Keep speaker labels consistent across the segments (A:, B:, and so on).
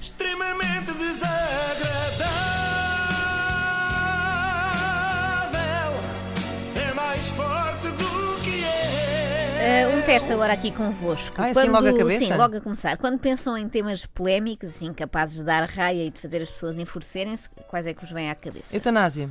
A: extremamente desagradável. É mais forte do que é.
B: Ah, um teste agora aqui convosco.
C: Ah, assim logo a cabeça?
B: Sim, logo a começar. Quando pensam em temas polémicos, assim, capazes de dar raia e de fazer as pessoas enfurecerem-se, quais é que vos vêm à cabeça?
C: Eutanásia.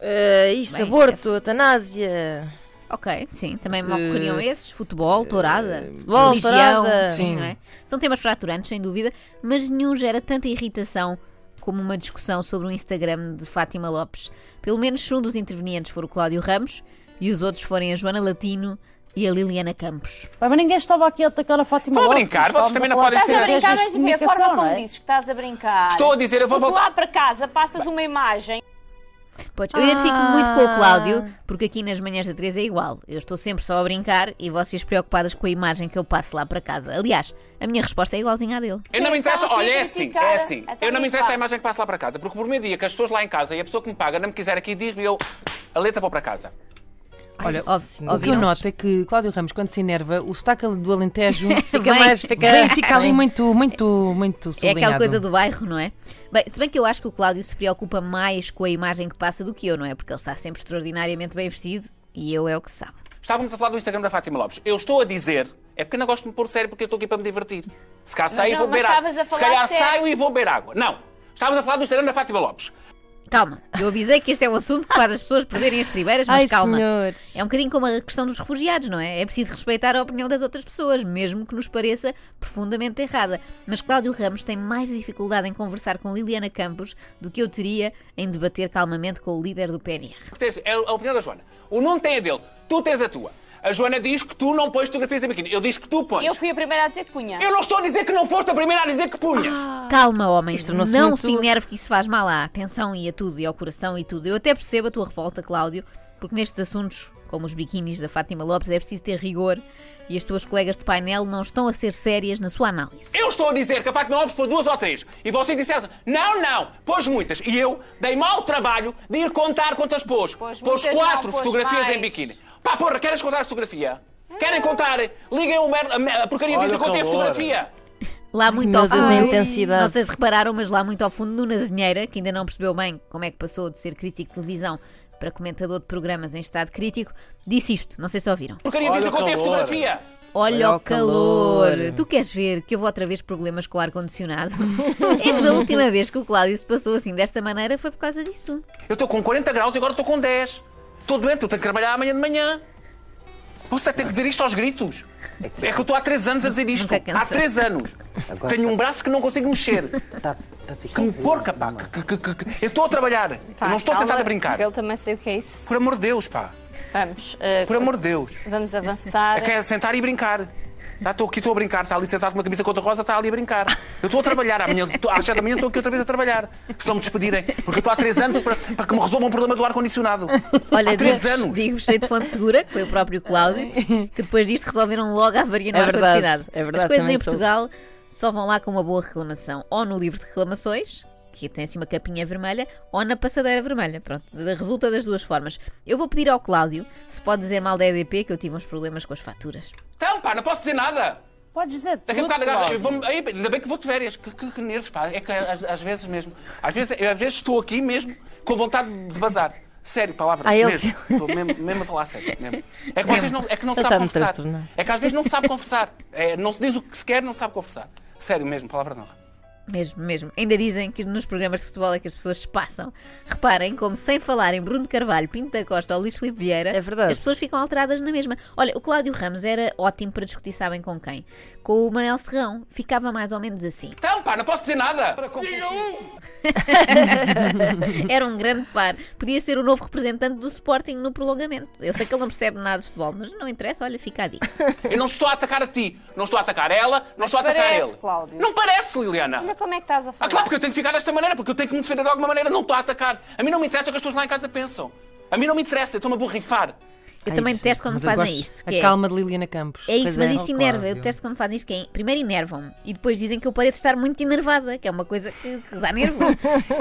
D: Eh, isso,
B: Bem,
D: aborto, eutanásia.
B: Ok, sim, também me ocorriam esses.
C: Eh,
B: Futebol, tourada,
D: futebol,
B: religião,
D: tourada.
B: Sim. não é? São temas fraturantes, sem dúvida, mas nenhum gera tanta irritação como uma discussão sobre o Instagram de Fátima Lopes. Pelo menos se um dos intervenientes for o Cláudio Ramos e os outros forem a Joana Latino e a Liliana Campos.
E: Pá, Mas ninguém estava aqui a atacar a Fátima
F: Estão a
E: Lopes.
F: brincar? Vocês
E: Estávamos
F: também
E: a
F: não
E: falar
F: podem
E: de
F: ser
G: Estás a
F: Estratégias
G: brincar,
E: estratégias
G: mas
E: de
G: vê a
E: comunicação,
G: forma
E: não
G: como
E: é?
G: dizes que estás a brincar.
F: Estou a dizer, eu vou
G: Tu lá
F: voltar.
G: para casa, passas uma imagem.
B: Pois, eu identifico-me muito com o Cláudio, porque aqui nas manhãs da 3 é igual. Eu estou sempre só a brincar e vocês preocupadas com a imagem que eu passo lá para casa. Aliás, a minha resposta é igualzinha à dele.
F: Eu não me
G: Então,
F: interessa, olha,
G: quem
F: é assim,
G: criticar?
F: é assim.
G: Então,
F: Eu não me
G: diz
F: interessa
G: lá.
F: a imagem que passa lá para casa, porque por meio dia que as pessoas lá em casa e a pessoa que me paga não me quiser aqui diz-me eu, a letra vou para casa.
C: Olha,
B: óbvio,
C: o que eu noto é que Cláudio Ramos, quando se enerva, o sotaque do Alentejo
B: Fica mais- fica-
C: vem, fica ali muito, muito, muito
B: É
C: sublinhado.
B: aquela coisa do bairro, não é? Bem, se bem que eu acho que o Cláudio se preocupa mais com a imagem que passa do que eu, não é? Porque ele está sempre extraordinariamente bem vestido e eu é o que sabe.
F: Estávamos a falar do Instagram da Fátima Lopes. Eu estou a dizer, é porque não gosto de me pôr sério porque eu estou aqui para me divertir. Se calhar saio e
G: não,
F: vou
G: mas
F: beber água.
G: estavas a
F: Se
G: falar
F: calhar
G: sério.
F: saio e vou beber água. Não. Estávamos a falar do Instagram da Fátima Lopes.
B: Calma, eu avisei que este é um assunto que faz as pessoas perderem as tribeiras, mas
D: Ai,
B: calma.
D: senhores.
B: É um bocadinho como a questão dos refugiados, não é? É preciso respeitar a opinião das outras pessoas, mesmo que nos pareça profundamente errada. Mas Cláudio Ramos tem mais dificuldade em conversar com Liliana Campos do que eu teria em debater calmamente com o líder do PNR.
F: Porque tens- é a opinião da Joana. O Nuno tem a dele, tu tens a tua. A Joana diz que tu não pões fotografias em biquíni. Eu diz que tu pões.
G: Eu fui a primeira a dizer que punha.
F: Eu não estou a dizer que não foste a primeira a dizer que punhas.
G: Ah.
B: Calma, homens,
C: Isto não se
B: não
C: muito-
B: se enerve que isso faz mal à atenção e a tudo, e ao coração e tudo. Eu até percebo a tua revolta, Cláudio, porque nestes assuntos, como os biquinis da Fátima Lopes, é preciso ter rigor e as tuas colegas de painel não estão a ser sérias na sua análise.
F: Eu estou a dizer que a Fátima Lopes foi duas ou três. E vocês disseram, não, não, pôs muitas. E eu dei mau trabalho de ir contar quantas pôs.
G: Pôs muitas,
F: quatro
G: não, pôs
F: fotografias
G: mais.
F: em biquíni. Pá, porra, queres contar a fotografia? Querem contar? Liguem o merda, a me- a porcaria disso e contem a fotografia.
B: Lá muito ao
D: Meu Deus, a
B: fundo, não
D: intensidade.
B: sei se repararam, mas lá muito ao fundo, Nuna Zinheira, que ainda não percebeu bem como é que passou de ser crítico de televisão para comentador de programas em estado crítico, disse isto, não sei se ouviram.
F: Porcaria disso e contem a fotografia.
B: Olha
C: Olha
B: o
C: o calor.
B: calor. Tu queres ver que houve outra vez problemas com o ar-condicionado? é que da última vez que o Cláudio se passou assim desta maneira foi por causa disso.
F: Eu estou com 40 graus e agora estou com 10. Estou doente, eu tenho que trabalhar amanhã de manhã. Você tem que dizer isto aos gritos. É que eu estou há 3 anos a dizer isto.
B: Nunca cansa.
F: Há 3 anos. Tenho um braço que não consigo mexer. Que porca, pá. que- que- que- que- Eu estou a trabalhar. Eu não estou
G: Tá, Calma,
F: sentado a brincar.
G: porque Ele também sei o que é isso.
F: Por amor de Deus, pá.
G: Vamos. eh,
F: Por amor de Deus.
G: Vamos avançar.
F: É que é sentar e brincar. Ah, Estou aqui, estou a brincar. Está ali sentado com uma camisa cor rosa, está ali a brincar. Eu estou a trabalhar. Amanhã, estou- às 7 da manhã estou aqui outra vez a trabalhar. Se não me despedirem. Porque eu estou há 3 anos para, para que me resolvam o problema do ar-condicionado.
B: Olha,
F: há 3
B: digo-vos-
F: anos.
B: digo-vos cheio de fonte segura, que foi o próprio Cláudio, que depois disto resolveram logo a avaria no
D: É verdade,
B: ar-condicionado.
D: é verdade,
B: As coisas
D: também
B: em
D: soube.
B: Portugal só vão lá com uma boa reclamação. Ou no livro de reclamações, que tem assim uma capinha vermelha, ou na passadeira vermelha. Pronto, resulta das duas formas. Eu vou pedir ao Cláudio se pode dizer mal da EDP que eu tive uns problemas com as faturas.
F: Então, pá, não posso dizer nada.
E: Podes dizer
F: Daqui a
E: tudo,
F: É um bocado, agora,
E: Cláudio.
F: eu vou-me- aí, ainda bem que vou de férias. Que, que- que nervos, pá. É que às, às vezes mesmo. Às vezes, eu, às vezes estou aqui mesmo com vontade de bazar. Sério, palavra.
D: Ah, ele-
F: mesmo. Estou mesmo, mesmo a falar sério. mesmo. É que vocês não, é que não
D: Ele
F: sabem
D: está-me
F: conversar.
D: transtornado.
F: É que às vezes não se sabe conversar. É, não se diz o que se quer, não se sabe conversar. Sério mesmo, palavra não.
B: Mesmo, mesmo. Ainda dizem que nos programas de futebol é que as pessoas se passam. Reparem como, sem falar em Bruno de Carvalho, Pinto da Costa ou Luís Filipe Vieira,
D: É verdade.
B: as pessoas ficam alteradas na mesma. Olha, o Cláudio Ramos era ótimo para discutir, sabem com quem? Com o Manel Serrão. Ficava mais ou menos assim.
F: Então, pá, não posso dizer nada.
B: Era um grande par. Podia ser o novo representante do Sporting no prolongamento. Eu sei que ele não percebe nada de futebol, mas não interessa, olha, fica a dica.
F: Eu não estou a atacar a ti. Não estou a atacar ela, não estou a atacar
G: parece,
F: ele.
G: Cláudio.
F: Não parece, Liliana.
G: Olha como é que estás a falar.
F: Ah, claro, porque eu tenho que ficar desta maneira, porque eu tenho que me defender de alguma maneira, não estou a atacar. A mim não me interessa o que as pessoas lá em casa pensam. A mim não me interessa, eu estou-me a borrifar.
B: Eu
C: Ai,
B: também
C: Jesus,
B: detesto quando
C: mas eu
B: fazem
C: gosto-
B: isto.
C: A
B: que é-
C: calma de Liliana Campos.
B: É isso,
C: Pois
B: mas
C: é.
B: isso enerva. Eu detesto quando fazem isto. Que é, primeiro enervam-me e depois dizem que eu pareço estar muito enervada, que é uma coisa que, que dá nervos.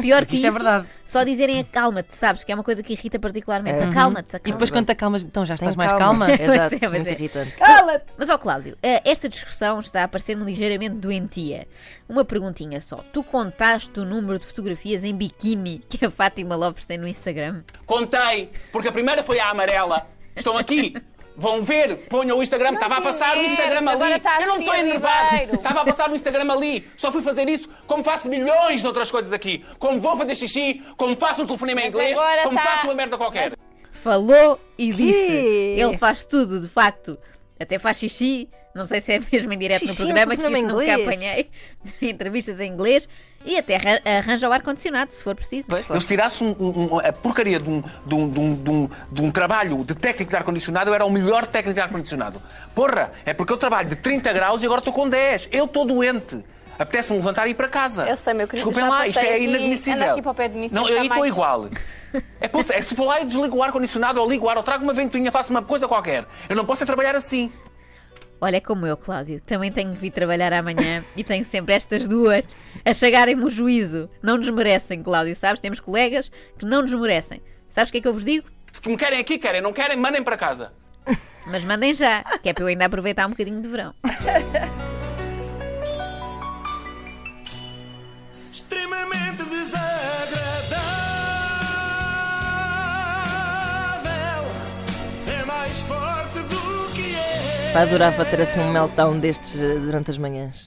B: Pior que
C: Isto é
B: isso,
C: verdade. É.
B: só dizerem acalma-te, sabes? Que é uma coisa que irrita particularmente. Acalma-te,
C: Uhum. E depois
B: acalma-te.
C: quando te acalmas, então já
D: Tem
C: estás mais calma?
B: Pois é,
D: Exato,
B: pois
D: muito
B: é.
D: irritante.
B: Mas, ó Cláudio, eh, esta discussão está a parecer-me ligeiramente doentia. Uma perguntinha só. Tu contaste o número de fotografias em biquíni que a Fátima Lopes tem no Instagram?
F: Contei, porque a primeira foi a amarela. Estão aqui. Vão ver, ponham o Instagram, estava a passar o
G: interessa,
F: Instagram
G: agora
F: ali.
G: tá assim, está a
F: Eu não estou
G: Sofia
F: enervado.
G: Ribeiro.
F: Estava a passar o Instagram ali. Só fui fazer isso como faço milhões de outras coisas aqui. Como vou fazer xixi, como faço um telefonema em
G: Mas
F: inglês,
G: agora tá
F: como
G: está-
F: faço uma merda qualquer.
B: Falou e disse.
D: Ih!
B: Ele faz tudo, de facto. Até faz xixi. Não sei se é mesmo em direto no
D: Xixi,
B: programa,
D: um
B: que
D: telefonema
B: isso
D: em
B: nunca
D: inglês.
B: apanhei. Entrevistas em inglês. E até arran- arranja o ar-condicionado, se for preciso.
F: Eu se tirasse um- um- um- a porcaria de um, de um- de um- de um- de um trabalho de técnico de ar-condicionado, eu era o melhor técnico de ar-condicionado. Porra, é porque eu trabalho de 30 graus e agora estou com 10. Eu estou doente. Apetece-me levantar e ir para casa.
G: Eu sei, meu querido,
F: Desculpem
G: já
F: lá,
G: passei
F: isto é
G: aqui,
F: inadmissível.
G: anda aqui para o pé de mim,
F: Não,
G: sim,
F: eu
G: está
F: aí estou
G: mais-
F: igual. É, posso- é, se vou lá e desligo o ar-condicionado, ou ligo o ar, ou trago uma ventoinha, faço uma coisa qualquer. Eu não posso é trabalhar assim.
B: Olha, é como eu, Cláudio, também tenho que vir trabalhar amanhã e tenho sempre estas duas a chegarem-me o juízo. Não nos merecem, Cláudio, sabes? Temos colegas que não nos merecem. Sabes o que é que eu vos digo?
F: Se me querem aqui, querem. Não querem, mandem para casa.
B: Mas mandem já, que é para eu ainda aproveitar um bocadinho de verão.
A: extremamente desagradável. É mais forte do que é.
D: Pá, adorava ter assim um meltdown destes eh, durante as manhãs.